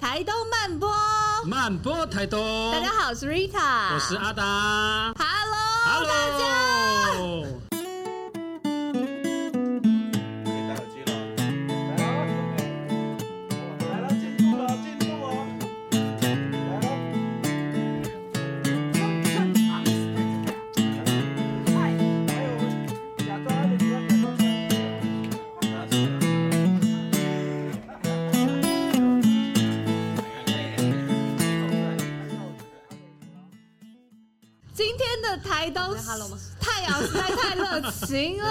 台东慢播，慢播台东，大家好，我是 Rita，嗯我是阿达 Hello，大家。 ，Hello，可以戴耳机了。来了，来了，进步了，进步了。来了。哎呦，假装的，假装的。今天的台东太阳实在太热情了。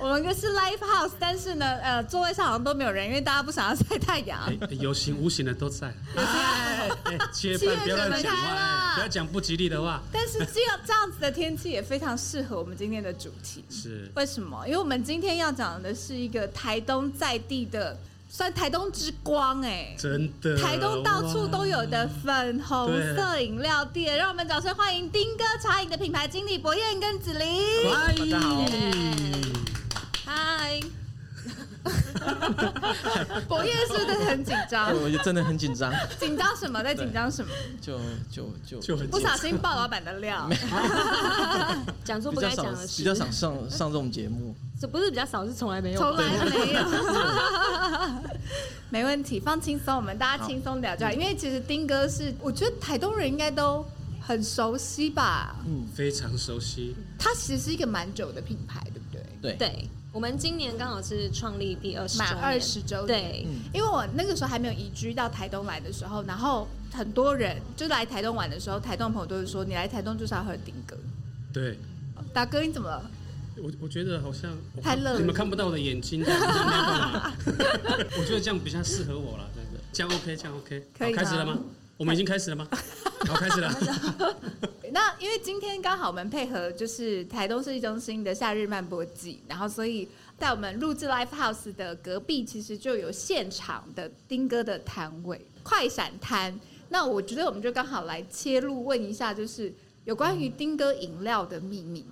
我们是 live house，但是呢，呃，座位上好像都没有人，因为大家不想要晒太阳。哎有形无形的都在。哎，哎七月七月份不要准乱备讲开话，哎了不要讲不吉利的话。但是这样这样子的天气也非常适合我们今天的主题。是，为什么？因为我们今天要讲的是一个台东在地的，算台东之光哎、真的。台东到处都有的哇。粉红色饮料店，让我们掌声欢迎丁哥茶饮的品牌经理博彦跟子琳。欢迎，大家好 嗨，博彦是不是很紧 张？我就真的很紧张，紧张什么？在紧张什么？就就就就很不小心爆老板的料。讲出比不较该讲少的事，比较少上上这种节目，这不是比较少，是从来没有。从来没有。 没问题，放轻松，我们大家轻松聊就好。因为其实丁哥是，我觉得台东人应该都很熟悉吧。非常熟悉，它其实是一个蛮久的品牌，对不对？对对，我们今年刚好是创立第二十满周年二十周年对，因为我那个时候还没有移居到台东来的时候，然后很多人就来台东玩的时候，台东的朋友都是说，你来台东就是要喝丁哥。对。大哥，你怎么呃了？我我觉得好像我太热了你们看不到我的眼睛，但是没办法 我觉得这样比较适合我了，真的，这样 OK，这样 OK，可以好开始了吗吗？我们已经开 始了吗？好，开始了。那因为今天刚好我们配合就是台东市中心的夏日漫播季，然后所以在我们录制 Live House 的隔壁，其实就有现场的丁哥的摊位快闪摊。那我觉得我们就刚好来切入问一下，就是有关于丁哥饮料的秘密，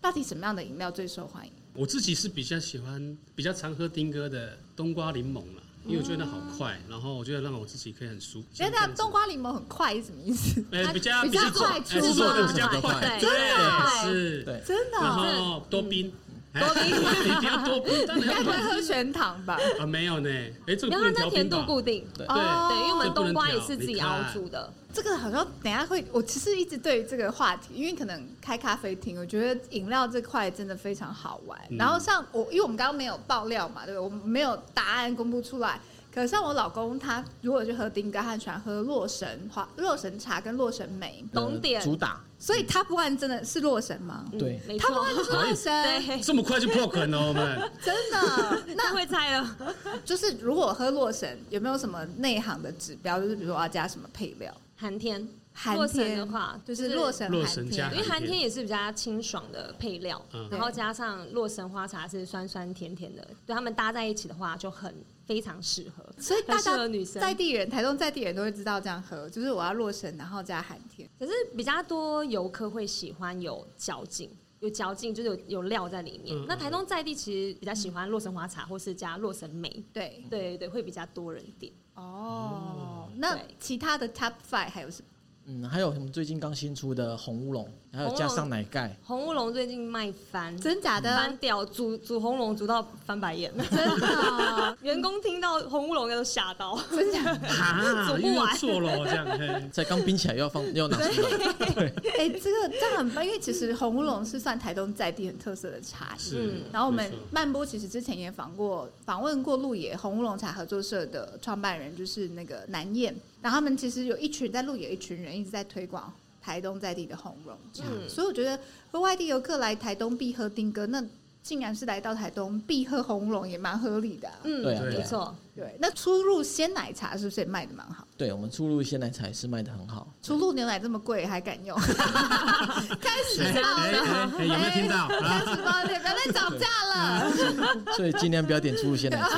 到底什么样的饮料最受欢迎？我自己是比较喜欢、比较常喝丁哥的冬瓜柠檬啦，因为我觉得好快，然后我觉得让我自己可以很舒服。因为它冬瓜柠檬很快是什么意思？哎、比较比较快哎速是做的嘛比较快，对对，是，对，真的然哦、后多冰，多冰，一定要多冰，当你该然 不要会喝全糖吧？啊，没有呢，哎、这个不然后能它调甜冰度吧？固定，对哦对，因为我们这不能冬瓜也调是自己你看熬煮的，这个好像等一下会，我其实一直对于这个话题，因为可能开咖啡厅，我觉得饮料这块真的非常好玩。嗯然后像我，因为我们刚刚没有爆料嘛，对不对？我们没有答案公布出来。可是像我老公他如果去喝丁哥，他很喜欢喝洛神花、洛神茶跟洛神梅，懂点主打，所以他不管真的是洛神吗？嗯对没他不错，哎管就是洛神，对，这么快就破梗了，我们 真的。那会哦猜了，就是如果喝洛神，有没有什么内行的指标？就是比如说我要加什么配料？寒天，寒洛神天的话就是洛神洛寒神天加因为寒天也是比较清爽的配料嗯，然后加上洛神花茶是酸酸甜甜的，对它们搭在一起的话就很非常适合，所以大很适家合女生在地人，台东在地人都会知道这样喝，就是我要洛神，然后加寒天。可是比较多游客会喜欢有嚼劲，有嚼劲就是有有料在里面。嗯那台东在地其实比较喜欢洛神花茶或是加洛神梅，嗯对，对对对，会比较多人点。哦，那对其他的 Top Five 还有什么？嗯，还有我们最近刚新出的红乌龙，还有加上奶盖，红乌龙最近卖翻，真假翻的？啊掉，煮煮红龙煮到翻白 眼，真的哦，员工听到红乌龙应该都吓到。真假的？啊，走又不要完做了这样，嘿在刚冰起来又要 放又要拿出来，哎，这个这样很棒，因为其实红乌龙是算台东在地很特色的茶饮。是嗯。然后我们没错漫播其实之前也访过访问过鹿野红乌龙茶合作社的创办人，就是那个南燕。然后他们其实有一群在鹿野一群人一直在推广台东在地的红乌龙茶，嗯所以我觉得和外地游客来台东必喝丁哥，那竟然是来到台东必喝红乌龙，也蛮合理的啊、嗯，对啊对啊没错，对，那出入鲜奶茶是不是也卖的蛮好？对我们出入鲜奶茶也是卖的很 好，出入牛奶这么贵还敢用？开始哎爆哎了，哎哎，有没有听到？开啊，始爆了，不要再涨价了。所以尽量不要点出入鲜奶茶，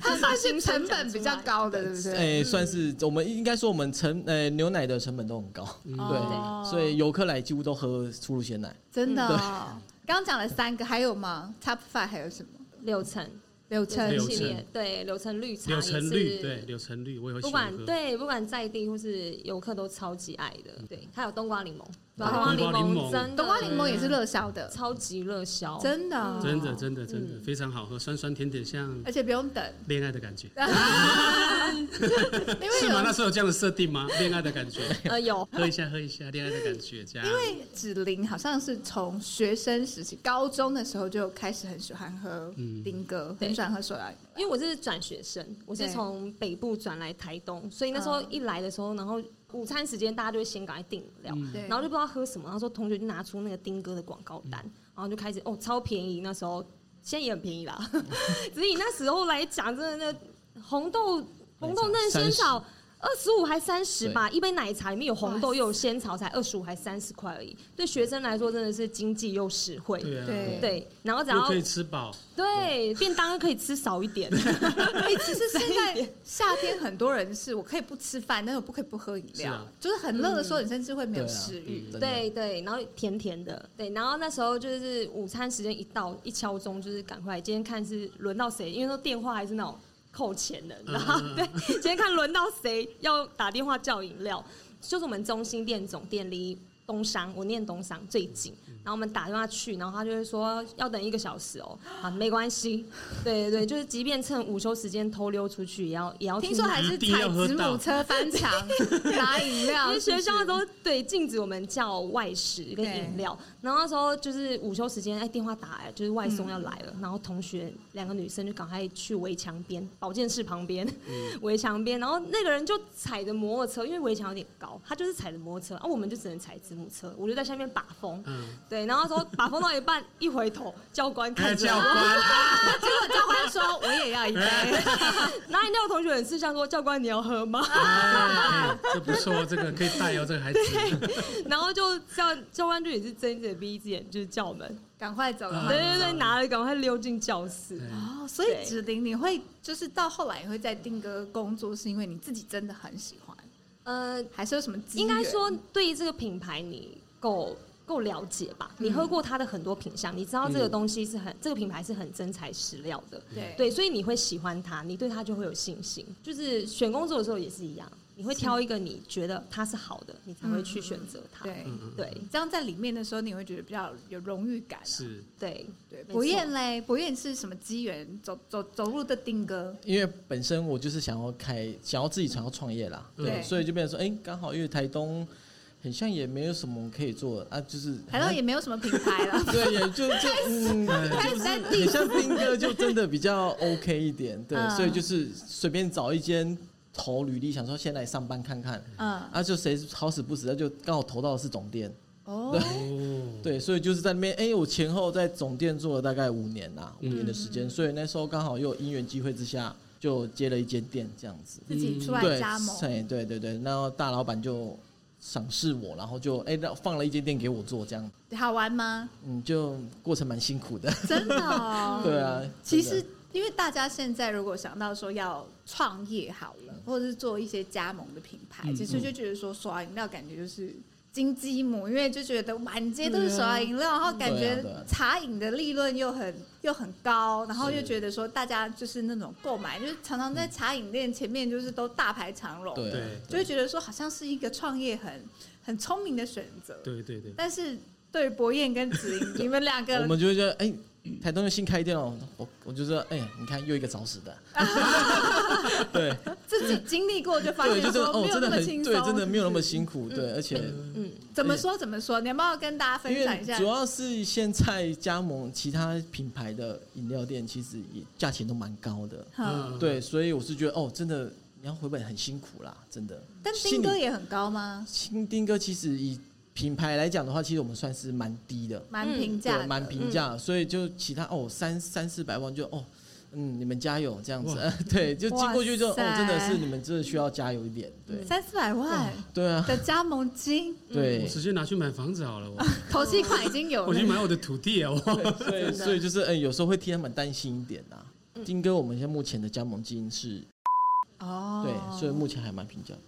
它算是成本比较高的，对不对？哎，算是我们应该说我们成呃牛奶的成本都很高，嗯哦对，所以游客来几乎都喝出入鲜奶，真的、哦。刚刚讲了三个，还有吗？Top five 还有什么？六层柳橙橙柳系列橙，对柳橙绿茶柳也橙是，绿，对，柳橙绿，我也会不喜欢管喝。对不管在地或是游客都超级爱的，对，还有冬瓜柠檬，哇瓜柠嗯啊冬瓜柠檬真的冬瓜柠檬也是热销的，超级热销，真的哦，嗯哎真的，真的，真的非常好喝，酸酸甜甜，像而且不用 等，恋爱的感觉，因为是吗？那有时候有这样的设定吗？恋爱的感觉，呃有喝一下，喝一下，恋爱的感觉，这样。因为子琳好像是从学生时期，高中的时候就开始很喜欢喝嗯丁哥，对很喜欢喝手摇饮。因为我是转学生，我是对从北部转来台东，所以那时候嗯一来的时候，然后午餐时间大家就会先赶快订饮料，嗯对，然后就不知道喝什么，然后说同学就拿出那个丁哥的广告单，嗯然后就开始哦超便宜，那时候嗯 现在也很便宜啦，只是以那时候来讲，真的那红豆红豆嫩鲜草。二十五还三十吧，一杯奶茶里面有红豆哇又有鲜草，才二十五还三十块而已。对学生来说，真的是经济又实惠。对啊，对对，然后只又要可以吃饱，对便当可以吃少一 点，哎、其实现在夏天很多人是我可以不吃饭，但是我不可以不喝饮料，是啊就是很热的时候，你甚至会没对有啊食欲。，嗯真的对对，然后甜甜的，对，然后那时候就是午餐时间一到，一敲钟就是赶快，今天看是轮到谁，因为说电话还是那种扣钱的，然后、嗯嗯嗯对，今天看轮到谁要打电话叫饮料，就是我们中心店总店离东商，我念东商最近，嗯然后我们打电话去，然后他就会说要等一个小时哦，啊，没关系，对对，就是即便趁午休时间偷溜出去，也要也哦要听说还是一定踩要喝子母到车翻 墙拿饮料，因为学校是不是都对禁止我们叫外食跟饮料，然后那时候就是午休时间，哎，电话打来，就是外嗯送要来了，然后同学两个女生就赶快去围墙边，保健室旁边嗯 围墙边，然后那个人就踩着摩托车，因为围墙有点高，他就是踩着摩托车，啊，我们就只能踩子母车，我就在下面把风，嗯，对，然后说把风到一半，一回头教官哎，看着教我，官，结果教官说我也要 一杯，然后饮料同学很识相说教官你要喝吗？ 哎，哎这不错，这个可以带哦，这个孩子，然后就教教官就也是睁着闭一只眼就是叫我们。赶快走嗯了。对对对，拿了赶快溜进教室。对哦，所以对子琳，你会就是到后来你会在定哥工作，是因为你自己真的很喜欢，呃，还是有什么机应缘？该说对于这个品牌你够够了解吧？嗯你喝过它的很多品相，你知道这个东西是很这个品牌是很真材实料的，对对，所以你会喜欢它，你对它就会有信心。就是选工作的时候也是一样，你会挑一个你觉得它是好的，你才会去选择它。对，嗯嗯，对这样在里面的时候，你会觉得比较有荣誉感、啊。是，对对，错博彦嘞，博彦是什么机缘走走走入的定哥？因为本身我就是想要开，想要自己想要创业啦，对所以就变成说，哎、刚好因为台东很像也没有什么可以做的啊，就是，嗯台东也没有什么品牌了 对，也就就嗯，开始就是在很像兵哥，就真的比较 OK 一点，对，嗯所以就是随便找一间投履历，想说先来上班看看，嗯，啊，就谁好死不死，那就刚好投到的是总店，哦，哦，对，所以就是在那边，哎、我前后在总店做了大概五年啦，五年的时间，所以那时候刚好又有因缘机会之下，就接了一间店这样子，自己嗯出来对加盟，，哎，对对对，那大老板就赏识我，然后就哎、让放了一间店给我做，这样，好玩吗？嗯，就过程蛮辛苦的，，真的哦对啊，其真的实，因为大家现在如果想到说要创业好了，嗯或者是做一些加盟的品牌，嗯其实就觉得说手摇饮料感觉就是金鸡母，因为就觉得满街都是手摇饮料，然后感觉啊对啊对啊茶饮的利润又很又很高，然后是又觉得说大家就是那种购买，就是常常在茶饮店前面就是都大排长龙，对啊对就会觉得说好像是一个创业很很聪明的选择。对对对，但是对于博彦跟子 莹，你们两个我们就会觉得，哎、台东又新开店哦，我我就说，哎、你看又一个找 死的，对自己经历过就发对，现就是说哦没，有真那的么很轻松，对，真的没有那么苦。辛苦，对，而且嗯，怎么说怎么说？你要不要跟大家因分享为一下主？要是现在加盟其他品牌的饮料店，其实也价钱都蛮高的，嗯，嗯，对，所以我是觉得，哦，真的你要回本很辛苦啦，真的。但心丁里哥也很高吗？新丁哥其实以品牌来讲的话，其实我们算是蛮低的，蛮嗯平价对，的，嗯蛮平价，所以就其他哦三三四百万就哦，嗯，你们加油这样子， 对，就经过去就哇哦，塞嗯真的是你们真的需要加油一点，对，三四百万对啊，的加盟金，对我，直接拿去买房子好了，我头期款已经有我了去。买我的土地啊，我对 所以所以就是嗯，有时候会替他们担心一点啊呐。嗯丁哥，我们现在目前的加盟金是，哦，对，所以目前还蛮平价的。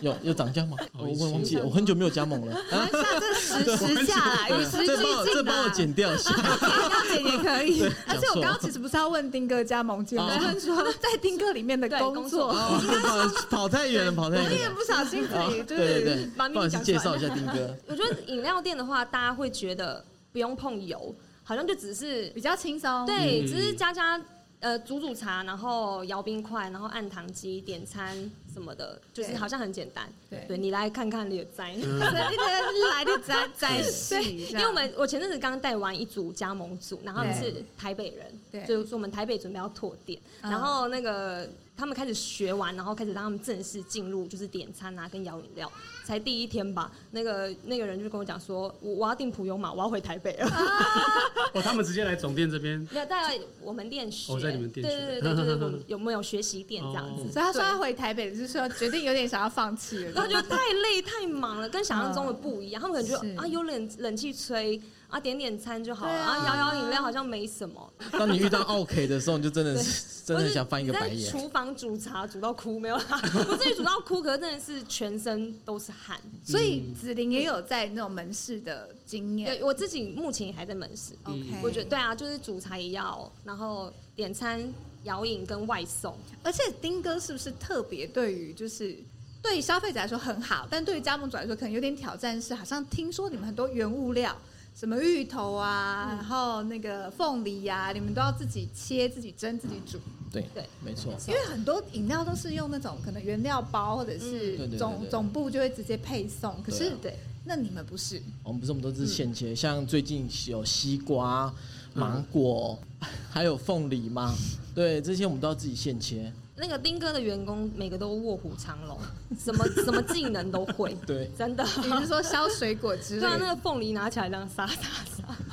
有有涨价吗？好我意思忘记了，我很久没有加盟了。我们下这 实实价啦，啊与时这帮我俱这进帮 我啦。啊剪掉一下。要剪也可以，而且我讲错刚刚其实不是要问丁哥加盟金，哦我是问说在丁哥里面的对工工作作，跑跑太远了，跑太我一远个了。不小心自啊己就对对是对，把秘密不好意思，讲出介来绍一下丁哥。我觉得饮料店的话，大家会觉得不用碰油，好像就只是比较轻松。对，嗯哦只是加加呃煮煮茶，然后摇冰块，然后按糖机点餐什么的，就是对好像很简单。对对你来看看你的灾。所以那个来的在在 对，戏，因为我们我前阵子刚带完一组加盟组，然后他们对是台北人，对就是我们台北准备要拓店，嗯然后那个他们开始学完，然后开始让他们正式进入就是点餐啊跟摇饮料，才第一天吧，那个那个人就跟我讲说，我我要订普悠玛，我要回台北了，哦，他们直接来总店这边，没有在我们店学，哦在你们店学对对对，对就是我们有没有学习店这样子，所以他说要回台北，就是说决定有点想要放弃然了后。就太累太忙了，跟想象中的不一样。他们可能觉是得啊，有冷冷气吹啊，点点餐就好了对啊啊，摇摇饮料好像没什么。当你遇到 OK 的时候，你就真的是真我的是很想翻一个白你在眼。厨房煮茶煮到哭没有啦？不至于煮到哭，可是真的是全身都是汗。所以子玲也有在那种门市的经验对我自己目前也还在门市， ，OK，我觉得对啊，就是煮茶也要，然后点餐、摇饮跟外送。而且丁哥是不是特别对于就是对于消费者来说很好，但对于加盟主来说可能有点挑战？是好像听说你们很多原物料，什么芋头啊，然后那个凤梨呀、你们都要自己切、自己蒸、自己煮，对对，没错。因为很多饮料都是用那种可能原料包或者是嗯对对对总、对总部就会直接配送，可是、对啊对，那你们不是？我们不是我们都是现嗯切，像最近有西瓜、芒果，嗯还有凤梨嘛，对，这些我们都要自己现切。那个丁哥的员工每个都卧虎藏 龙，什么什么技能都会，对，真的。你是 说削水果之类对啊，那的？个凤梨拿起来这样杀杀杀。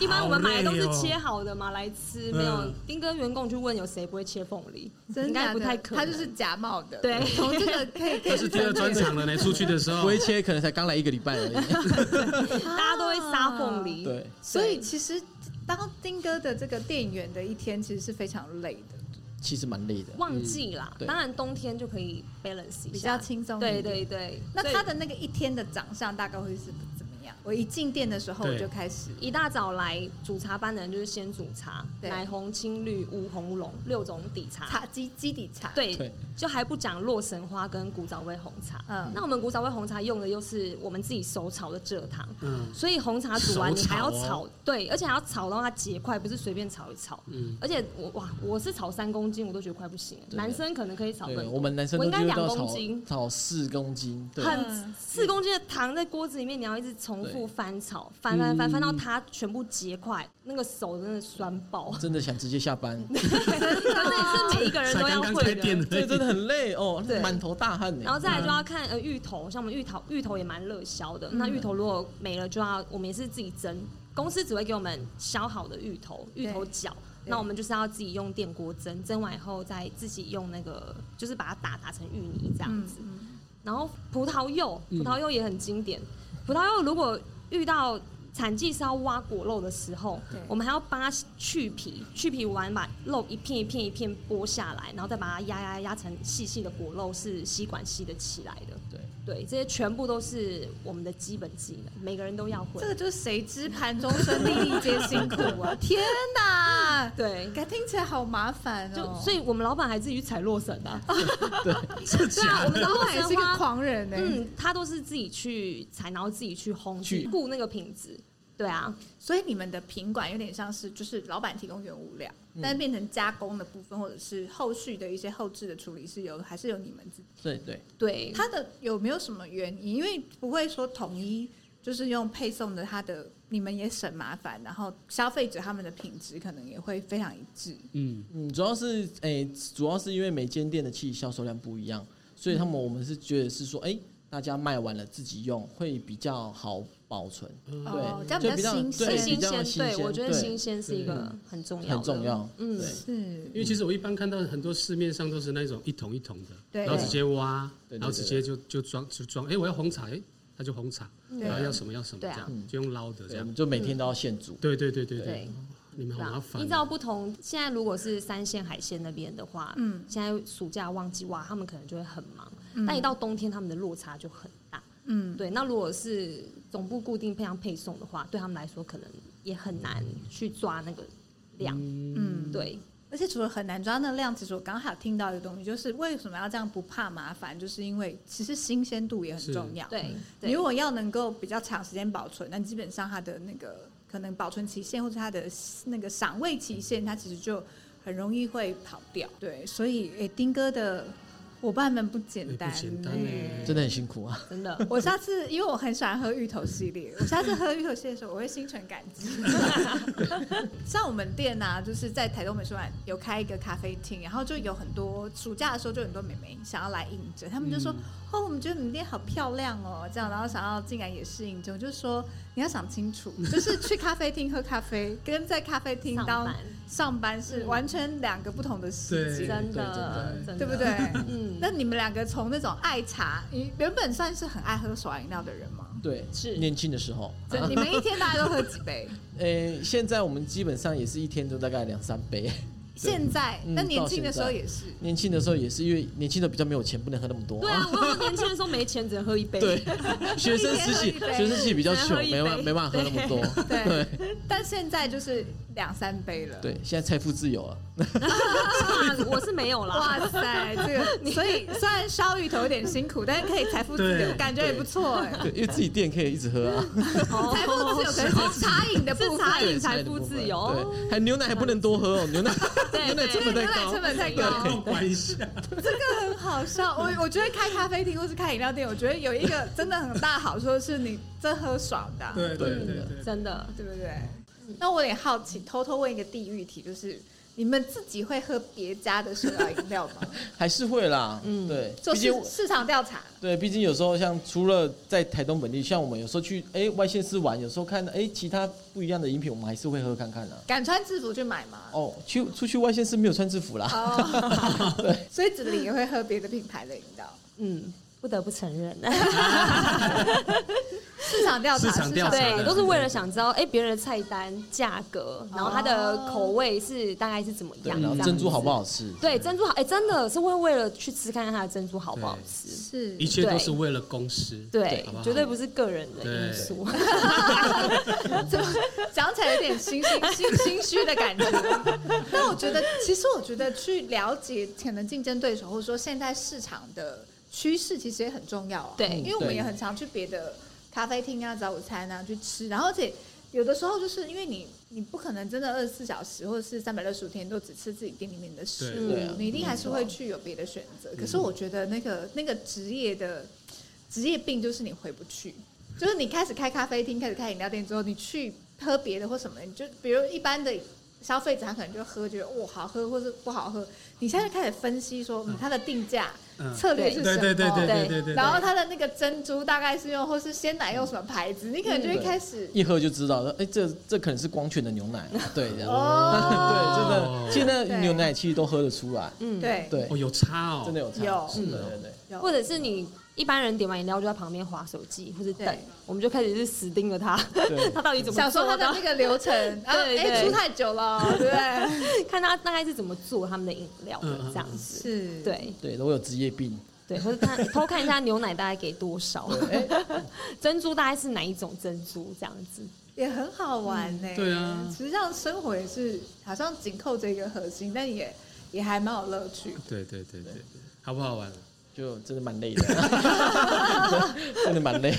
一般我们买的都是切好的嘛，来吃。没有嗯，丁哥员工去问有谁不会切凤梨，哦真应的假该的不太可能。他就是假冒的。对从这个可 以可他以是第二专场了呢。出去的时哦候不，会切可能才刚来一个礼拜 而嗯已。大家都会杀凤梨。对，啊所以其实当丁哥的这个店员的一天，其实是非常累的，其实蛮累的。旺季啦对，当然冬天就可以 balance 嗯一下，比较轻松。啊对。对对，那所以他的那个一天的长相大概会是怎么样？我一进店的时候，对我就开始一大早来煮茶班的人就是先煮茶，对奶红、青绿、乌红、乌龙六种底茶。茶基基底嗯茶。，对，对就还不讲洛神花跟古早味红茶。嗯那我们古早味红茶用的又是我们自己手炒的蔗糖，嗯所以红茶煮完手你炒还要哦炒，对，而且还要炒到它结块，不是随便炒一炒。嗯，而且我哇，我是炒三公斤，我都觉得快不行了。对男生可能可以炒更对，多，我们男生我都应该觉得两要公炒斤。炒四公斤，对，嗯很四公斤的糖在锅子里面，你要一直重复翻炒，翻嗯翻翻翻到它全部结块，那个手真的酸 爆。真的想直接下班， 那也是每一个人才都 要刚刚开会的店。对，真的很累哦，对满头大汗呢。然后再来就要看呃芋头，像我们芋头芋头也蛮热销的。嗯那芋头如果没了，就要我们也是自己蒸，公司只会给我们削好的芋头芋头角。对那我们就是要自己用电锅蒸，蒸完以后再自己用那个，就是把它打打成芋泥这样嗯子。嗯，然后葡萄柚，嗯葡萄柚也很经典。葡萄柚如果遇到产季是要挖果肉的时候对，我们还要扒去皮，去皮完把肉一片一片一片剥下来，然后再把它压压压成细细的果肉，是吸管吸得起来的。对，对，这些全部都是我们的基本技能，每个人都要会这。 个就是谁知盘中餐，粒粒皆辛苦啊！天哪，对，感觉听起来好麻烦就哦。所以我们老板还自己去采洛神 啊。是对啊，我们的老洛板也神是个花狂人呢。欸嗯，他都是自己去采，然后自己去烘，去去顾那个品质。对啊，所以你们的品管有点像是就是老板提供原物料，嗯但是变成加工的部分或者是后续的一些后置的处理是由还是由你们自己。对对，对，它的有没有什么原因？因为不会说统一就是用配送的，它的你们也省麻烦，然后消费者他们的品质可能也会非常一致。嗯，嗯，主要是诶、主要是因为每间店的气销售量不一样，所以他们嗯我们是觉得是说，诶、大家卖完了自己用会比较好保存，嗯对哦，这样就比较新对鲜。比较鲜，新鲜对我觉得对新鲜是一个很重要的，很重要。嗯，对是因，为其实我一般看到很多市面上都是那种一桶一桶的，对然后直接挖，对对然后直接对就就装就装，哎，我要红茶，哎，他就红茶，对然后要什么要什么嗯对这啊样，就用捞的这嗯对，我样。们就每天都要现煮。对对对对对，对，啊你们好麻烦哦。依照不同，现在如果是三线海鲜那边的话，嗯嗯，现在暑假旺季哇，他们可能就会很忙，嗯但一到冬天，他们的落差就很大。嗯，对，那如果是总部固定配上配送的话，对他们来说可能也很难去抓那个量。嗯，对，而且除了很难抓那量，其实我刚好听到一个东西，就是为什么要这样不怕麻烦，就是因为其实新鲜度也很是重要。，对，你如对，果要能够比较长时间保存，那基本上它的那个可能保存期限或者它的那个赏味期限，它其实就很容易会跑掉。对，所以诶、丁哥的伙伴们不简单、哎不简单欸嗯哎真的很辛苦啊。真的 我下次因为我很喜欢喝芋头系列，我下次喝芋头系列的时候，我会心存感 激。像我们店啊，就是在台东美术馆有开一个咖啡厅，然后就有很多暑假的时候就很多美眉想要来应征，他们就说、嗯哦，我们觉得你们店好漂亮哦，这样，然后想要进来也是应征，我就说你要想清楚，就是去咖啡厅喝咖啡，跟在咖啡厅上当班，上班是完全两个不同的世对界，真真的，真对的，不？对？ 嗯，那你们两个从那种爱茶，你原本算是很爱喝手摇饮料的人吗？嗯对，是年轻的时候。这你们一天大概都喝几杯？诶、现在我们基本上也是一天都大概两三杯。现在，嗯那年轻的时候到现在也是。年轻的时候也是因为年轻的比较没有钱，不能喝那么多。对啊，我年轻的时候没钱，只能喝一杯。 对，学生时期一天喝一杯学生时期比较穷，一没人喝一办杯没办法喝那么多。对，但现在就是两三杯了。，对，现在财富自由了。啊，我是没有啦。哇塞，这个所以虽然烧芋头有点辛苦，但是可以财富自由，对感觉也不错哎。对，因为自己店可以一直喝啊。哦财富自由可能是哦茶饮的部是分，茶饮财菜的富部分自由，对，还牛奶还不能多喝哦，牛奶对牛奶成本牛太奶高成。本太大家可高以，管一下，很好笑。我我觉得开咖啡厅或是开饮料店，我觉得有一个真的很大好处是你真喝爽的啊。对对对对对对。真的。对不对？那我有点好奇，偷偷问一个地域题，就是你们自己会喝别家的手摇饮料吗？还是会啦，嗯，嗯对，做毕竟市市场调查，对，毕竟有时候像除了在台东本地，像我们有时候去哎、外县市玩，有时候看哎、其他不一样的饮品，我们还是会喝看看啦。敢穿制服去买 吗？哦，去出去外县市没有穿制服啦，哦，所以子玲也会喝别的品牌的饮料。嗯，不得不承认，市场调查，市场调查市对，都是为了想知道，哎，别人的菜单、价格，然后它的哦口味是大概是怎么对，样，然后这样珍珠子好不？好吃？对，珍珠好，哎，真的是会为了去吃看看它的珍珠好不好对吃，是一切都是为了公司，对好不，好绝对不是个人的因素。怎么讲起来有点心心心心虚的感觉。 但我觉得，其实我觉得去了解可能竞争对手，或者说现在市场的趋势，其实也很重要啊。对因为我们对也很常去别的咖啡厅啊、早午餐啊去吃，然后而且。有的时候就是因为你，你不可能真的二十四小时或者是三百六十五天都只吃自己店里面的食对嗯物，对啊嗯你一定还是会去有别的选择。可是我觉得那个那个职业的职业病就是你回不去，就是你开始开咖啡厅、开始开饮料店之后，你去喝别的或什么，你就比如一般的消费者，他可能就喝觉得哦好喝，或是不好喝，你现在就开始分析说，嗯，它的定价嗯，策略是对什对么，对对对对对对。然后它的那个珍珠大概是用，或是鲜奶用什么牌子，你可能就会开始。一喝就知道了，哎、这这可能是光泉的牛奶，啊对，这样，哦 对，真的，现对在牛奶其实都喝得出来，嗯，对对哦，，有差哦，真的有差，有是的，对对有或者是你一般人点完饮料就在旁边划手机或者等对，我们就开始是死盯着它，对 它到底怎么想说做它的那个流 程，然后对哎对出太久了，对不 对？看它大概是怎么做他们的饮料的嗯嗯嗯这样子。是，对对，都有职业病，对，或者看 偷看一下牛奶大概给多少，哎 珍珠大概是哪一种珍珠这样子。也很好玩呢、对啊其实这样生活也是好像紧扣着一个核心，但也也还蛮有乐 趣。对对对对，好不好玩？ 就真的蛮累的，真的蛮累，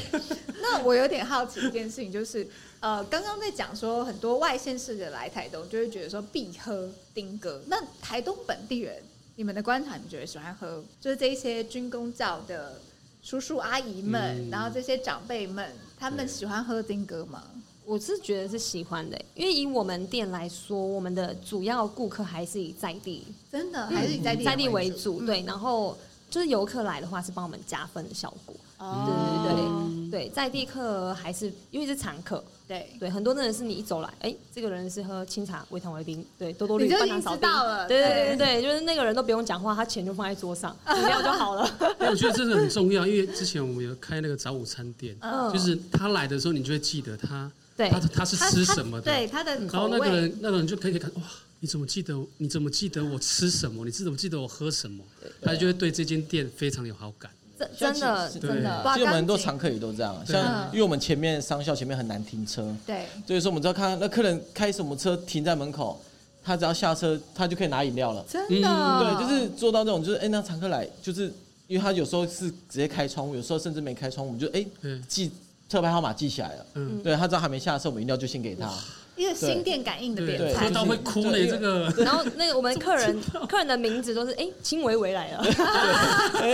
那我有点好奇一件事情，就是呃，刚刚在讲说很多外县市的来台东，就会觉得说必喝丁哥。那台东本地人，你们的观察，你觉得喜欢喝就是这一些军工教的叔叔阿姨们，嗯然后这些长辈们，他们对喜欢喝丁哥吗？我是觉得是喜欢的，因为以我们店来说，我们的主要顾客还是以在地真嗯的还是以在地在地为主？主，嗯对。然后就是游客来的话，是帮我们加分的效果，哦，对对对对，在地客还是因为是常客，对对，很多真的是你一走来，哎、这个人是喝清茶、微糖、微冰，对，多多你绿、就半已糖经少知冰。道了，对对对对，就是那个人都不用讲话，他钱就放在 桌上，饮料就好了。哎我觉得这个很重要，因为之前我们有开那个早午餐店，嗯就是他来的时候，你就会记得他对他他是吃什么的，对他的然口后那个味，人那个人就可以看哇，你怎么记得我？你怎么记得我吃什么？你是怎么记得我喝什么？他就会对这间店非常有好感。真真的像对真的哇其实我干们很多净常客也都这样，啊对像嗯因为我们前面商校前面很难停车，对所以说我们只要看那客人开什么车停在门口，他只要下车，他就可以拿饮料了。真嗯的，嗯对，就是做到这种，就是哎、那常客来，就是因为他有时候是直接开窗户，有时候甚至没开窗户，我们就哎、对，记特牌号码记起来了。嗯，对他只要还没下车，我们饮料就先给他。一个心电感应的点对，对就喝是餐，到会哭对嘞，因为这个然后那个我们客人客人的名字都是哎，金维维来了，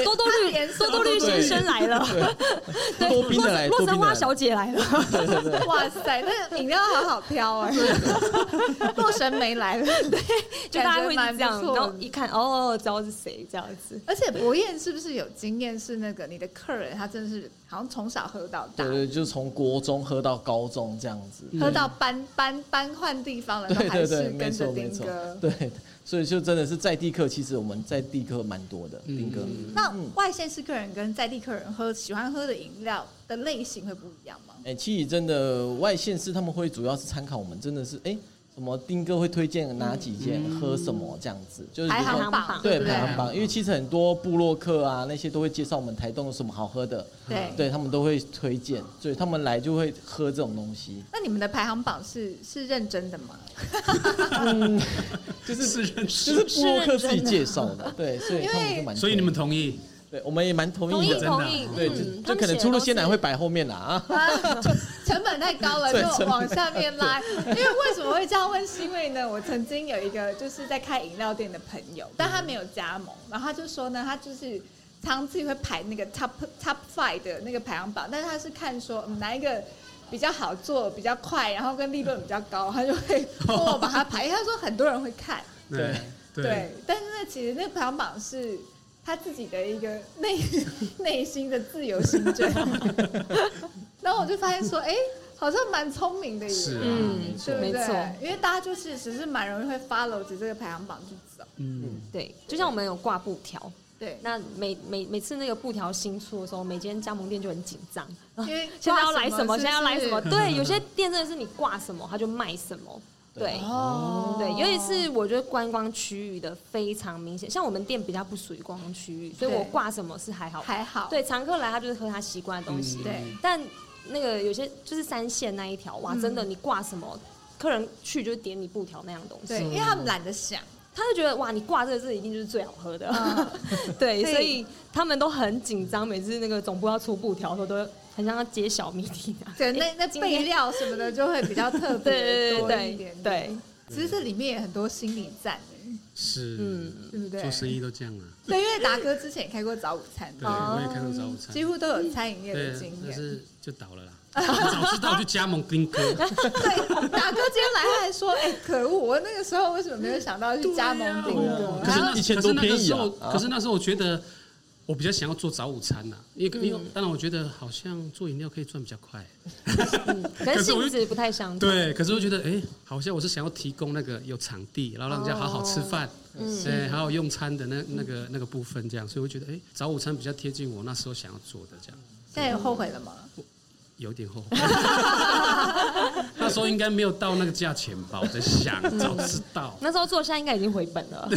多 多他连绿什么多多都绿先生来了，对，多冰的来洛多冰的来神花小姐来了，对对对，哇塞，那个饮料好好挑哎， 洛神没来了，对， 就大家会一蛮直不这样，错的然后一看哦，知道是谁这样子。而且博彦是不是有经验？是那个你的客人，他真的是好像从小喝到大对，对，就是从国中喝到高中这样子。喝到搬搬搬换地方了，都对还对是对，没跟着错没丁错哥，。对，所以就真的是在地客，其实我们在地客蛮多的，嗯丁哥。那嗯外县市客人跟在地客人喝喜欢喝的饮料的类型会不一样吗？哎、其实真的外县市他们会主要是参考我们，真的是哎、什么丁哥会推荐哪几件、嗯喝什么这样子，就是排比较行榜，对不排行榜，因为其实很多部落客啊那些都会介绍我们台东有什么好喝的，对对他们都会推荐，所以他们来就会喝这种东西，那你们的排行榜是是认真的吗？就是是认识。就是部落客自己介绍的，对，所以他们就蛮推，所以你们同意？对我们也蛮同同意意的，啊真的同意，对，嗯就就可能出入鲜奶会。摆后面啦啊，啊，成本太高了，对就成往下面拉。因为为什么会这样问？是因为呢，我曾经有一个就是在开饮料店的朋友，但他没有加盟，然后他就说呢，他就是长期会排那个 top top five 的那个排行榜，但是他是看说、嗯、哪一个。比较好做，比较快，然后跟利润比较高，他就会帮我把它排。因为他说很多人会看，对对对，但是那其实那个排行榜是他自己的一个 内内心的自由心 证。然后我就发现说，哎、好像蛮聪明的耶，是啊，嗯没，错对不没对？错，因为大家就是只是蛮容易会 follow 着这个排行榜去走。嗯，对，就像我们有挂布条，对，那每每每次那个布条新出的时候，每间加盟店就很紧 张，因为哦现在要来什什么，现在要来什么。是不对，有些店真的是你挂什么，他就卖什么。对是，哦，对，尤其是我觉得观光区域的非常明显，像我们店比较不属于观光区域，所以对我挂什么是还好。还好，对，常客来他就是喝他习惯的东西。嗯对但那个有些就是三线那一条，哇，嗯真的你挂什么，客人去就是点你布条那样东西对，，因为他们懒得想，他就觉得哇，你挂这个字一定就是最好喝的。嗯 对，对所以他们都很紧张，每次那个总部要出布条的时候，都很像要揭晓谜题啊。 对，那那今备天料什么的就会比较特别 多对一对点点。对对，其实这里面也很多心理战，欸是嗯，对不对？做生意都这样啊。对，因为达哥之前也开过早午餐，对，我也看到早午餐几。乎都有餐饮业对的经，但验。是就倒了啦。 早知道就加盟丁哥，对，达哥今天来他还说：“哎、可恶，我那个时候为什么没有想到去加盟丁哥？”可然是后那一千可多是那个便宜时啊候，啊可是那时候我觉得我比较想要做早午餐呐，因为因为当然我觉得好像做饮料可以赚比较快。可是性质不太相同。对，可是我觉得哎，好像我是想要提供那个有场地，然后让人家好好吃饭，对，还有用餐的那那个那个部分这样，所以我觉得哎，早午餐比较贴近我那时候想要做的这样。现在有后悔了 吗？有点后悔，那时候应该没有到那个价钱吧？我在想，早知道，那时候做现在应该已经回本了。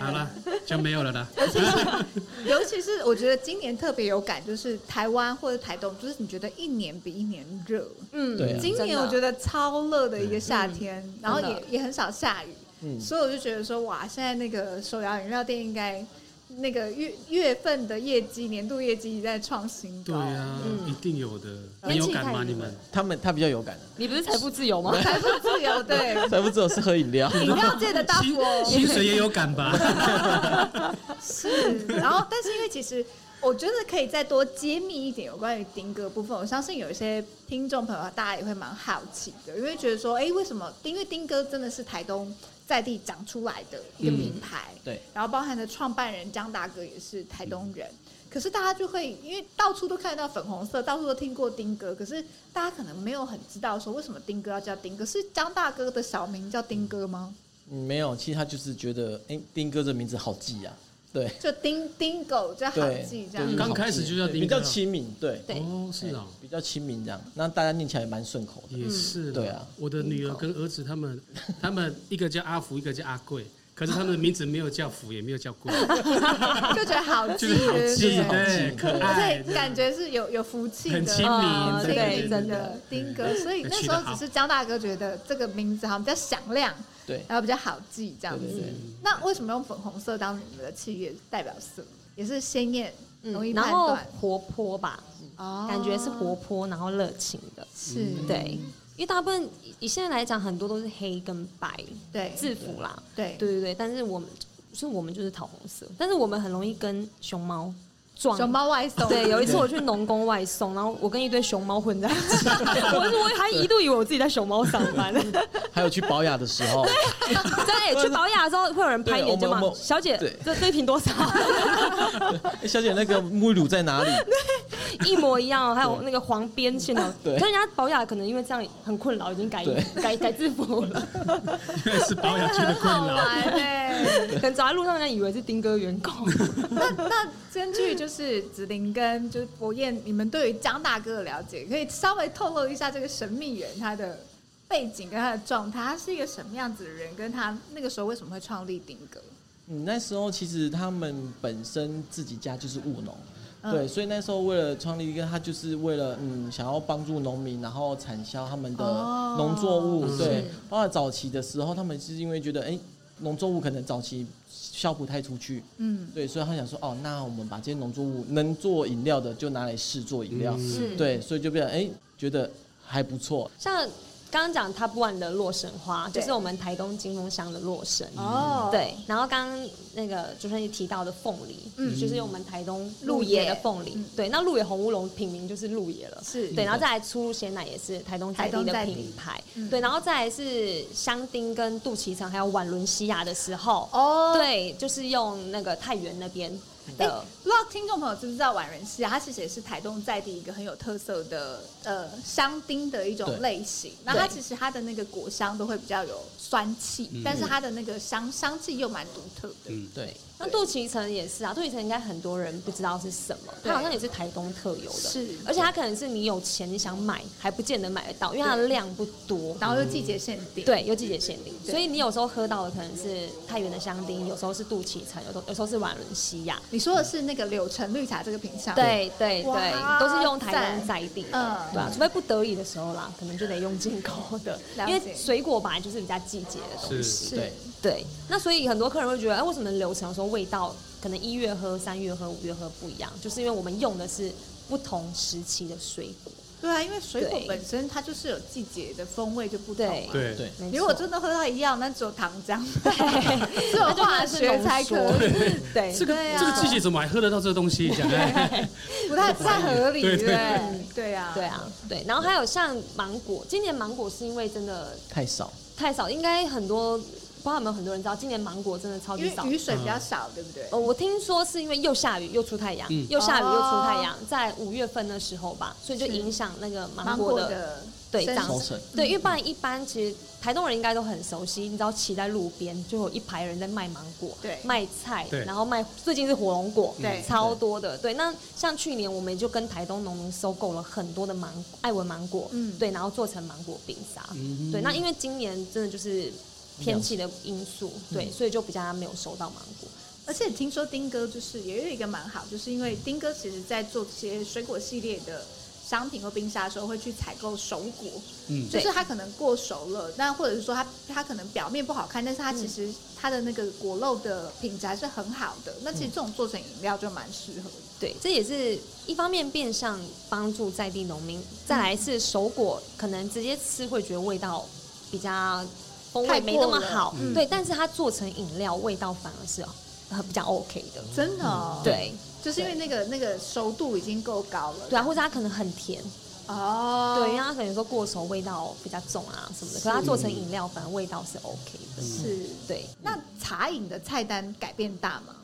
好了就没有了啦。啊尤其是我觉得今年特别有感，就是台湾或者台东，就是你觉得一年比一年热。嗯，对啊今年我觉得超热的一个夏天，然后真也的也很少下雨，嗯所以我就觉得说，哇，现在那个手摇饮料店应该那个月月份的业绩、年度业绩一直在创新对高。啊，嗯一定有的。天你气有感太吗？冷你们他们他比较有感，啊你不是财富自由吗？财富自由，对才不知道是喝饮 料。饮料界的大薪富翁 薪水也有感吧？是。然后，但是因为其实我觉得可以再多揭秘一点有关于丁哥部分，我相信有一些听众朋友大家也会蛮好奇的，因为觉得说，哎、为什么？因为丁哥真的是台东在地长出来的一个品牌，对，然后包含的创办人江大哥也是台东人。可是大家就会因为到处都看得到粉红色，到处都听过丁哥，可是大家可能没有很知道说为什么丁哥要叫丁哥，是江大哥的小名叫丁哥吗？嗯没有，其实他就是觉得，哎、丁哥这名字好记啊，对就丁丁狗就好对记这样对。刚开始就叫对丁比较哥亲民，对对哦，是啊，比较亲民这样，那大家念起来也蛮顺口的。也是啦对啊我的女儿跟儿子他 们，他们一个叫阿福，一个叫阿贵，可是他们的名字没有叫福，也没有叫 贵，就觉得好记，就是好对不记，对对，可而爱，且感觉是有有福气的，很亲民啊对对，真真的的丁哥。所以对那取时得候好只是江大哥觉得这个名字好像比较响亮，对然后比较好记这样对对子对。那为什么用粉红色当你们的企业代表色？也是鲜艳，嗯容易嗯然判后断，活泼吧，哦感觉是活泼然后热情的，是，对，嗯因为大部分以以现在来讲，很多都是黑跟白对制服啦，对对对对，但是我们所以我们就是桃红色，但是我们很容易跟熊猫撞。熊猫外送，对，有一次我去农工外送，然后我跟一堆熊猫混在一 起，我是我还一度以为我自己在熊猫上班。还有去保养的时候， 对，去保养的时候会有人拍你的肩膀对我们我，们小姐对，这这一瓶多少？ 哎小姐那个沐浴乳在哪里？一模一样哦，还有那个黄边线的。对但人家保养可能因为这样很困扰，已经改对改改制服了。因为是保养区的困好扰。玩哎。可能走在路上，人家以为是丁哥员工。那那根据就是子玲跟就是博彦，你们对于江大哥的了解，可以稍微透露一下这个神秘人他的背景跟他的状态，他是一个什么样子的人，跟他那个时候为什么会创立丁哥？嗯，那时候其实他们本身自己家就是务农，嗯对，所以那时候为了创立一个，他就是为了嗯想要帮助农民，然后产销他们的哦农作物，是对，包括早期的时候，他们是因为觉得哎农作物可能早期销不太出去，嗯，对，所以他想说哦，那我们把这些农作物能做饮料的就拿来试做饮料，嗯是，对，所以就变成哎觉得还不错，像刚刚讲 Top One 的洛神花，对就是我们台东金峰乡的洛神。哦，，对，然后刚刚那个主持人也提到的凤梨，嗯就是我们台东鹿鹿野野的凤梨嗯。对，那鹿野红乌龙品名就是鹿野了。是，对，然后再来出入鲜奶也是台东在地的品牌嗯，对，然后再来是香槟跟杜脐橙还有宛伦西亚的时候，哦，。对，就是用那个太原那边哎、的，不知道听众朋友知不知道宛人西啊？它其实也是台东在地一个很有特色的呃香丁的一种对类型。那它其实它的那个果香都会比较有酸气，但是它的那个香香气又蛮独特的。嗯，对，那杜脐橙也是啊，杜脐橙应该很多人不知道是什么，对它好像也是台东特有的，是而且它可能是你有钱你想买还不见得买得到，因为它的量不多，然后又季节限定，，对，有季节限定，对所以你有时候喝到的可能是太原的香槟，有时候是杜脐橙，有时候有时候是宛伦西亚，你说的是那个柳橙绿茶这个品相，，对对哇对，都是用台赞湾在地的，嗯对啊，除非不得已的时候啦，可能就得用进口的，了因为解水果本来就是比较季节的东是西。是对对，那所以很多客人会觉得，哎、为什么流程有时候味道可能一月喝、三月喝、五月喝不一样？就是因为我们用的是不同时期的水果。对啊，因为水果对本身它就是有季节的风味就不同对嘛。对对，没如果错真的喝到一样，那只有糖 浆，只有那就真化的是学浓才缩可以， 对，这个对啊这个季节怎么还喝得到这个东西？讲哎不太不太合理，对不对对对？对啊，对啊，对。然后还有像芒果，今年芒果是因为真的太少，太少，应该很多不知道有没有很多人知道，今年芒果真的超因级少为。雨水比较少，对不对？呃，我听说是因为又下雨又出太阳，嗯又下雨又出太哦阳，在五月份的时候吧，所以就是影响那个芒芒果果的的对生嗯这样抽长成。对，因为不然一般其实台东人应该都很熟悉，你知道骑在路边就有一排人在卖芒果，对卖菜对，嗯然后卖最近是火龙果，对超多的。对，那像去年我们就跟台东农民收购了很多的芒爱文芒果，嗯对，然后做成芒果冰沙，嗯对。那因为今年真的就是天气的因素，嗯对，所以就比较没有收到芒果。而且听说丁哥就是也有一个蛮好，就是因为丁哥其实在做这些水果系列的商品或冰沙的时候，会去采购熟果，嗯就是对它可能过熟了，那或者是说它它可能表面不好看，但是它其实它的那个果肉的品质还是很好嗯的。那其实这种做成饮料就蛮适合的，对，这也是一方面变相帮助在地农民，嗯再来是熟果，可能直接吃会觉得味道比较风太味没过那么了好，嗯对，但是它做成饮料味道反而是呃比较 OK 的，真的、哦，，嗯对就是因为那个那个熟度已经够高了，对啊，或者它可能很甜，哦，对，因为它可能说过熟味道比较重啊什么的，可它做成饮料反而味道是 OK 的，是。对，那茶饮的菜单改变大吗？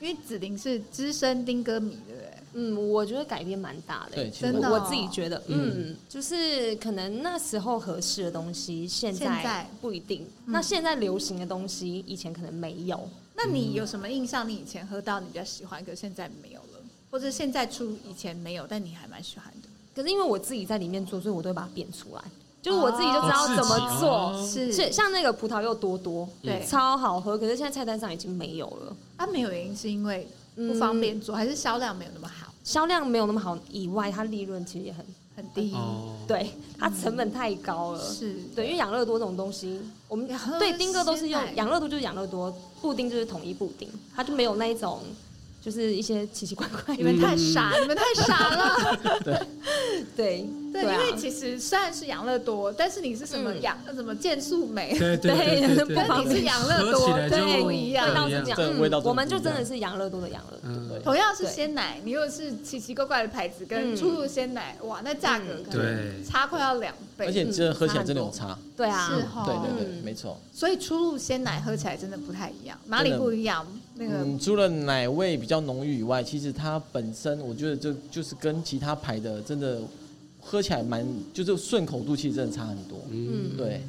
因为子玲是资深丁哥迷，对不对？嗯，我觉得改变蛮大的、欸对，其实真的我哦我自己觉得，嗯，就是可能那时候合适的东西，现现在嗯在不一定。那现在流行的东西，以前可能没有。那你有什么印象？你以前喝到你比较喜欢，可是现在没有了，或者现在出以前没有，但你还蛮喜欢的。可是因为我自己在里面做，所以我都会把它变出来，就是我自己就知道哦怎么做。哦是是像那个葡萄柚多多，对超好喝。可是现在菜单上已经没有了，它啊没有原因是因为不嗯方便做，还是销量没有那么好，销量没有那么好，以外它利润其实也很很低。 哦，对，它成本太高了。是，对，因为养乐多这种东西，我们养乐多对丁哥都是鲜奶用养乐多就是养乐多，布丁就是统一布丁，它就没有那一种就是一些奇奇怪怪你的。们太嗯傻，你们太傻 了。对对，啊因为其实虽然是养乐多，但是你是什么嗯养呃什么健素美， 对对对对对对，跟你是养乐合多起来就对不一样味道是不一这样，嗯这味道真的我们就不一真样的是养乐多的养乐多。嗯，同样是鲜奶，你又是奇奇怪怪的牌子跟嗯出入鲜奶，哇，那价格可能对差快要两倍。嗯而且真的喝起来真的有差，对啊，是哈、对对对，嗯没错。所以出入鲜奶喝起来真的不太一样，哪里不一样？那个、嗯，除了奶味比较浓郁以外，其实它本身我觉得就就是跟其他牌的真的喝起来蛮，就是顺口度其实真的差很多。嗯，对，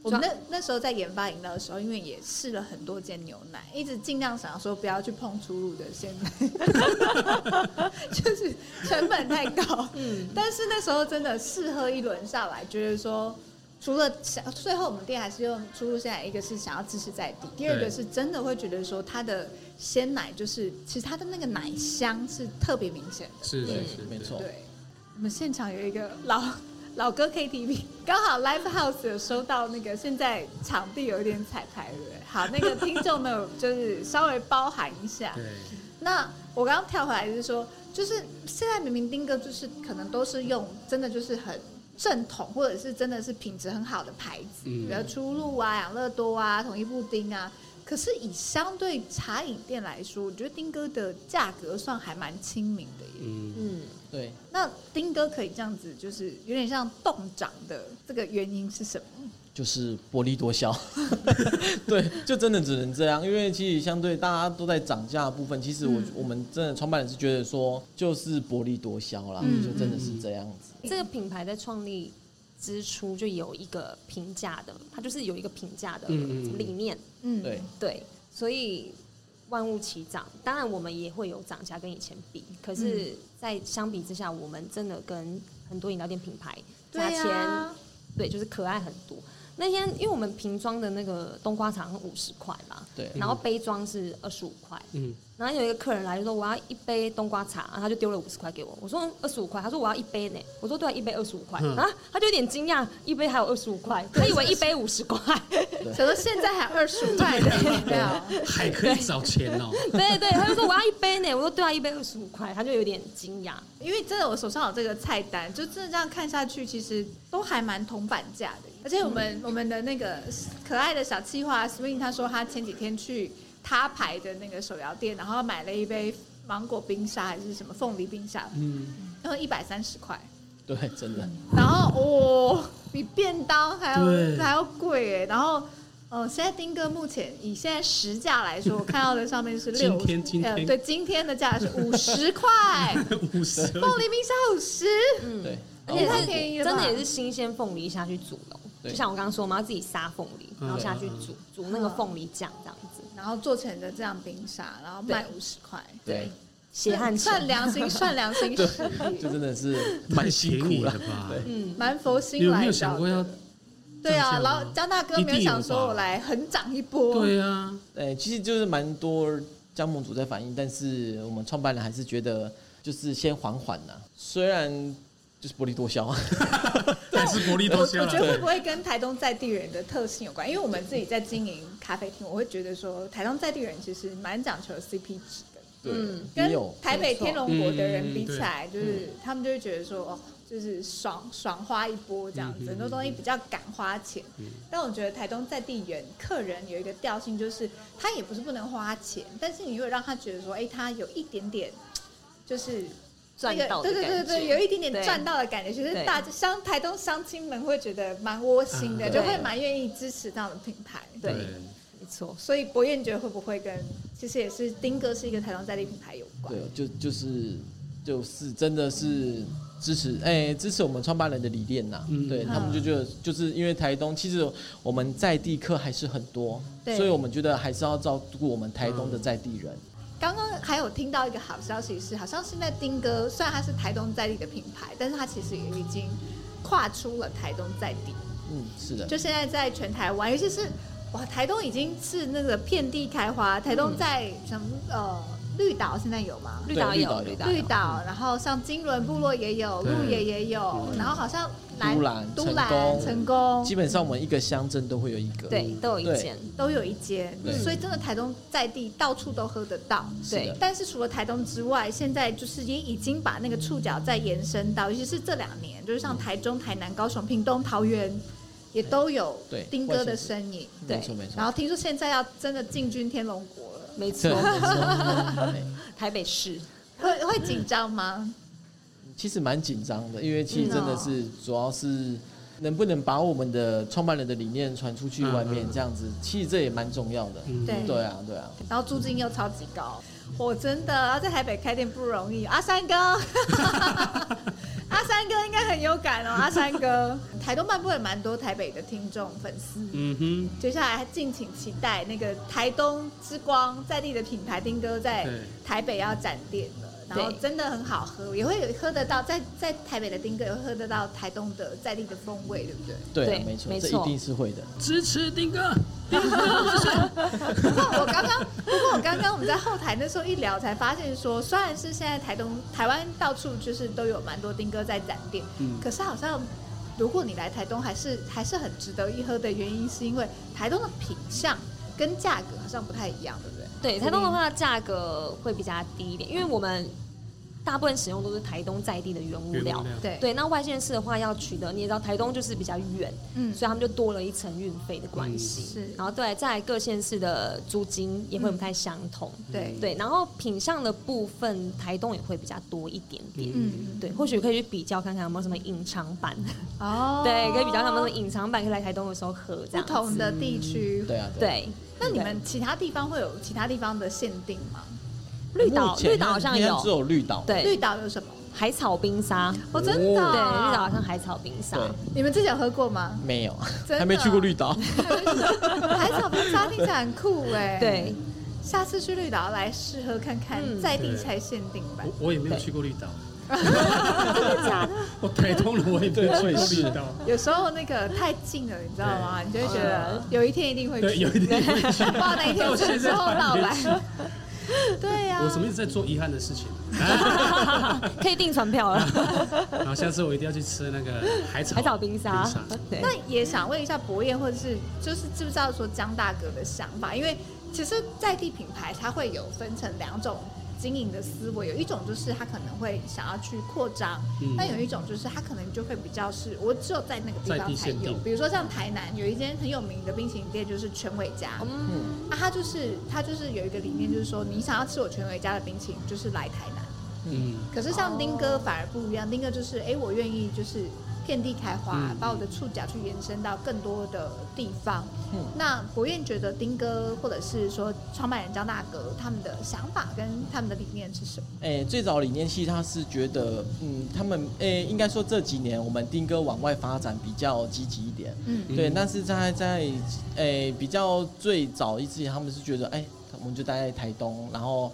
我们那那时候在研发饮料的时候，因为也试了很多间牛奶，一直尽量想说不要去碰出入的鲜奶， 就是成本太高。嗯，但是那时候真的试喝一轮下来，觉得说。除了想，最后我们店还是用出入鲜奶，一个是想要支持在地，第二个对是真的会觉得说它的鲜奶就是，其实它的那个奶香是特别明显的。是是对是，没错对，我们现场有一个老老歌 KTV，刚 好 Live House 有收到那个现在场地有一点彩排对不对？好， 那个听众们就是稍微包含一下。对，那我刚刚跳回来就是说，就是现在明明丁哥就是可能都是用真的就是很。正统或者是真的是品质很好的牌子，嗯比如出露啊、养乐多啊、统一布丁啊。可是以相对茶饮店来说，我觉得丁哥的价格算还蛮亲民的耶。嗯，嗯，对，那丁哥可以这样子，就是有点像冻涨的这个原因是什么？就是薄利多销。 对，就真的只能这样，因为其实相对大家都在涨价的部分，其实我、嗯我们真的创办人是觉得说，就是薄利多销啦，嗯就真的是这样子。这个品牌在创立之初就有一个评价的，它就是有一个评价的嗯嗯嗯理念，嗯，对，对，所以万物齐涨。当然，我们也会有涨价跟以前比，可是，在相比之下，我们真的跟很多饮料店品牌价对啊钱、呀，对，就是可爱很多。那天因为我们瓶装的那个冬瓜茶五十块嘛，对然后杯装是二十五块，嗯，然后有一个客人来就说我要一杯冬瓜茶，然后他就丢了五十块给我，我说二十五块，他说我要一杯呢，我说对啊、一杯二十五块嗯啊，他就有点惊讶，一杯还有二十五块，他以为一杯五十块，想说现在还二十块的饮料，还可以找钱哦，对对，他就说我要一杯呢，我说对啊，一杯二十五块，他就有点惊讶， 因为真的我手上有这个菜单，就真的这样看下去，其实都还蛮同版价的。而且我们我们的那个可爱的小气话 Swing，他说他前几天去他牌的那个手摇店，然后买了一杯芒果冰沙还是什么凤梨冰沙，嗯，然后一百三十块。对，真的。然后哦，比便当还对要还要贵哎。然后呃，现在丁哥目前以现在实价来说，我看到的上面是今六，天今呃天对今天的价是五十块， 五十，凤梨冰沙五十，嗯，对，而且然后太便宜了吧，真的也是新鲜凤梨下去煮的哦，对就像我刚刚说，我们要自己杀凤梨，嗯然后下去煮煮那个凤梨酱这样子，然后做成的这样冰沙，然后卖五十块，对，血汗算钱，良 心，算良心对实力，就真的是太蛮辛便宜苦了了。吧？蛮佛你心有来没有的想过要？对啊，这样然后吗江大哥没有想一定有说吧我来横涨一波，对啊，对，哎其实就是蛮多加盟主在反映，但是我们创办人还是觉得就是先缓缓呐、虽然就是薄利多销，还是薄利我多 我销觉得了。会不会跟台东在地人的特性有关？因为我们自己在经营咖啡厅，我会觉得说，台东在地人其实蛮讲求 CP 值的， 对，嗯也跟有台北天龙国的人嗯比起来，就是他们就会觉得说，哦，就是爽爽花一波这样子，嗯嗯嗯很多东西比较敢花钱。但我觉得台东在地人客人有一个调性，就是他也不是不能花钱，但是你如果让他觉得说，哎，他有一点点，就是赚那个到的对对对感对，觉有一点点对赚到的感觉，其实对大乡台东乡亲们会觉得蛮窝心的，嗯就对会蛮愿意支持这样的品牌。对对，没错，所以博彦觉得会不会跟其实也是丁哥是一个台东在地品牌有关？对，就就是就是真的是支持，哎、支持我们创办人的理念呐、嗯对嗯他们就觉得，就是因为台东其实我们在地客还是很多，对所以我们觉得还是要照顾我们台嗯东的在地人。刚刚还有听到一个好消息是，好像现在丁哥虽然他是台东在地的品牌，但是他其实也已经跨出了台东在地，嗯，是的，就现在在全台湾，尤其是哇，台东已经是那个遍地开花。台嗯东在什么、呃绿岛现在有吗？绿对岛绿也有岛绿有岛绿有岛，然后像金轮部落也有，对鹿野也有，然后好像南嗯都兰都兰成功成功基本上我们一个乡镇都会有一个。嗯对，都有一对件，都有一间，对所以真的台东在地到处都喝得到。是对的，但是除了台东之外，现在就是也已经把那个触角再延伸到，尤其是这两年，就是像台中、台南、高雄、屏东、桃园，也都有对丁哥的身影。对没错没错然。后听说现在要真的进军天龙国了，没 错对，，没 错对台北市会会紧张吗？其实蛮紧张的，因为其实真的嗯是主要是能不能把我们的创办人的理念传出去外面嗯嗯，这样子，其实这也蛮重要的。嗯对对啊，对啊，然后租金又超级高，我真的要在台北开店不容易。阿三哥，阿三哥应该很有感哦。阿三哥，台东漫步也蛮多台北的听众粉丝，嗯哼，接下来敬请期待那个台东之光在地的品牌丁哥在对台北要展店了。然后对真的很好喝，也会有喝得到，在在台北的丁哥也会喝得到台东的在地的风味，对不对？对对啊，没错没，这错一定是会的。支持丁哥，丁不过哦我刚刚，不过我刚刚我们在后台那时候一聊，才发现说，虽然是现在台东、台湾到处就是都有蛮多丁哥在展店，嗯可是好像如果你来台东，还是还是很值得一喝的原因，是因为台东的品相跟价格好像不太一样，对不对？对台东的话，价格会比较低一点，因为我们大部分使用都是台东在地的原物原料物。料对，对，那外县市的话，要取得你也知道，台东就是比较远，嗯，所以他们就多了一层运费的关系。是然后对，在各县市的租金也会不太相同。对，对，然后品相的部分，台东也会比较多一点点。嗯，对，或许可以去比较看看有没有什么隐藏版，哦，对，可以比较看有没有什么隐藏版可以来台东的时候喝这不样子。同的地区。对啊，啊。对，那你们其他地方会有其他地方的限定吗？绿岛目前绿岛好像应该有只有绿岛。绿对岛有什么？海草冰沙，哦，真的对，哦，绿岛好像海草冰沙。对，你们自己有喝过吗？没 有， 真的还没去过绿岛。 海草冰沙听起来很酷哎，对，下次去绿岛来试喝看看，嗯在地才限定版。我我也没有对去过绿岛，真的假的？我台东人我也没有去对过是绿岛，有时候那个太近了，你知道吗？你就会觉哦得有一天一定会对，去，有一点会去不。知道哪一天是时候到来。 对啊呀、我怎么一直在做遗憾的事情？可以订船票了，然后下次我一定要去吃那个海草海草冰沙冰沙。对，那也想问一下博彦，或者是就是知不知道说江大哥的想法？因为其实在地品牌它会有分成两种经营的思维，有一种就是他可能会想要去扩张，嗯那、有一种就是他可能就会比较是我只有在那个地在地方才限有。定比如说像台南有一间很有名的冰淇淋店，就是全伟家。嗯，啊，他就是他就是有一个理念，就是说你想要吃我全伟家的冰淇淋，就是来台南。嗯，可是像丁哥反而不一样，丁哥哦就是哎、诶我愿意就是遍地开花，嗯把我的触角去延伸到更多的地方。嗯那博彦觉得丁哥或者是说创办人张大哥他们的想法跟他们的理念是什么？哎、最早理念系他是觉得，嗯，他们哎、应该说这几年我们丁哥往外发展比较积极一点。嗯，对，嗯但是在在诶、比较最早一之前，他们是觉得哎、我们就待在台东，然后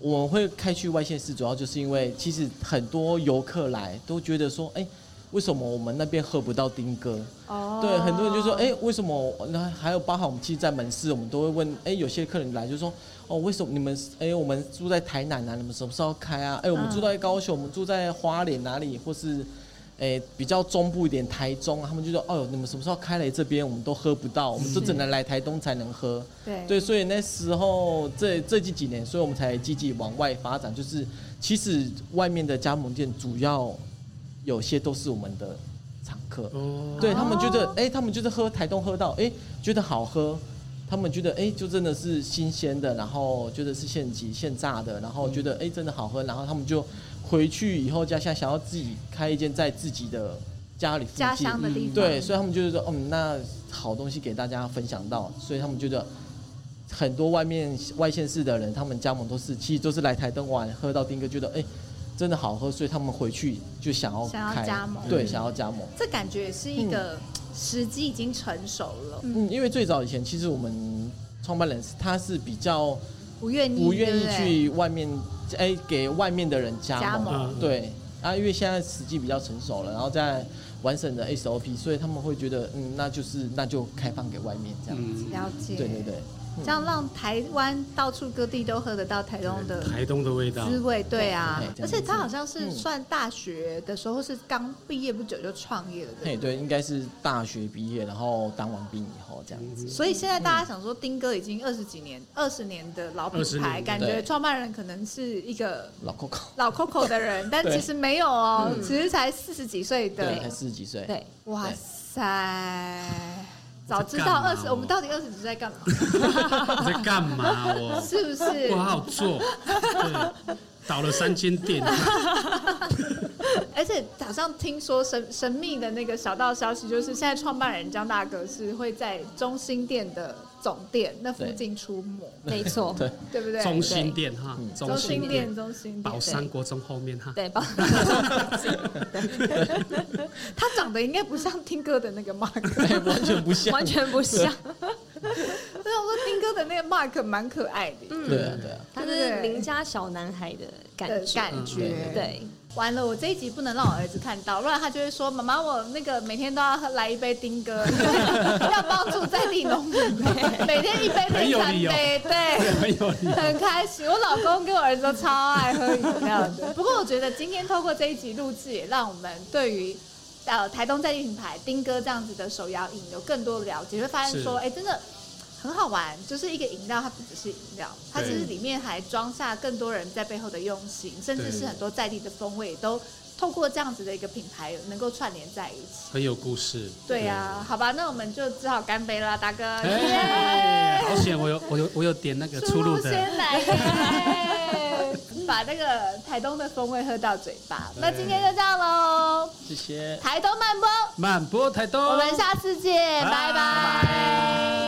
我们会开去外县市，主要就是因为其实很多游客来都觉得说，哎、为什么我们那边喝不到丁哥？哦对，很多人就说，哎、为什么？那还有包含我们其实，在门市，我们都会问，哎、有些客人来就说，哦，为什么你们，哎、我们住在台南啊，你们什么时候开啊？哎、我们嗯住在高雄，我们住在花莲哪里，或是，哎、比较中部一点，台中啊，他们就说，哦，你们什么时候开来这边，我们都喝不到，我们都只能来台东才能喝。对对，所以那时候这这几几年，所以我们才积极往外发展。就是其实外面的加盟店主要有些都是我们的常客，哦，对他们觉得，哎、他们就是喝台东喝到，哎、觉得好喝，他们觉得，哎、就真的是新鲜的，然后觉得是现挤现榨的，然后觉嗯得，哎、真的好喝，然后他们就回去以后家乡想要自己开一间在自己的家里附家近，乡的地方，对，所以他们就是说，嗯，那好东西给大家分享到，所以他们觉得。哎很多外面外县市的人，他们加盟都是，其实都是来台东玩，喝到丁哥，觉得哎、真的好喝，所以他们回去就想要想要开，加盟嗯对，想要加盟。这感觉也是一个时机已经成熟了，嗯，因为最早以前其实我们创办人他是比较不愿意，不愿意对不对去外面，哎、给外面的人加加盟嗯对啊，因为现在时机比较成熟了，然后再完整的 SOP，所以他们会觉得，嗯，那就是那就开放给外面这样子。嗯，了解，对嗯对对，这样让台湾到处各地都喝得到台东的嗯台东的味道，滋味，对啊对对，这而样子且他好像是嗯算大学的时候，或是刚毕业不久就创业了，对嘿，对，应该是大学毕业，然后当完兵以后这样子。所以现在大家想说，丁哥已经二十几年、二十年的老品20年牌，对感觉创办人可能是一个老 Coco，老 Coco 的人，但对嗯其实没有哦，其实才四十几岁对，才的。四十几岁。对，哇对塞！早知干道嘛二十，哦我们到底二十几岁在 干嘛？你 在干嘛哦？是不是不？好做，对，倒了三间店，而且好像听说神神秘的那个小道消息，就是现在创办人江大哥是会在中心店的总店那附对近出没，没 错，对对 不对？中心店哈，中中心心店，店，中心宝店，山国中后面哈，对吧？他长得应该不像听歌的那个 Mark。 哎完全不像。完全不像，对，我说听歌的那个 Mark 蛮可爱的，嗯对啊，对啊，他是邻家小男孩的感的觉，感觉。，对，完了，我这一集不能让我儿子看到，不然他就会说：“妈妈，我那个每天都要喝来一杯丁哥， 要帮助在地 农民，每天一杯很变有三理由哦杯。”对。没有你，很开心，我老公跟我儿子都超爱喝饮料的。 不过我觉得今天透过这一集录制，也让我们对于呃台东在地品牌丁哥这样子的手摇饮有更多的了解，会发现说，是哎、真的很好玩，就是一个饮料，它不只是饮料，它其实里面还装下更多人在背后的用心，甚至是很多在地的风味都。透过这样子的一个品牌，能够串联在一起。很有故事，对呀、好吧，那我们就只好干杯啦，大哥。哎，好险，我有我有我有点那个出入的，先来耶， 把那个台东的风味喝到嘴巴。那今天就这样喽，谢谢。台东慢播，满播台东，我们下次见，拜拜。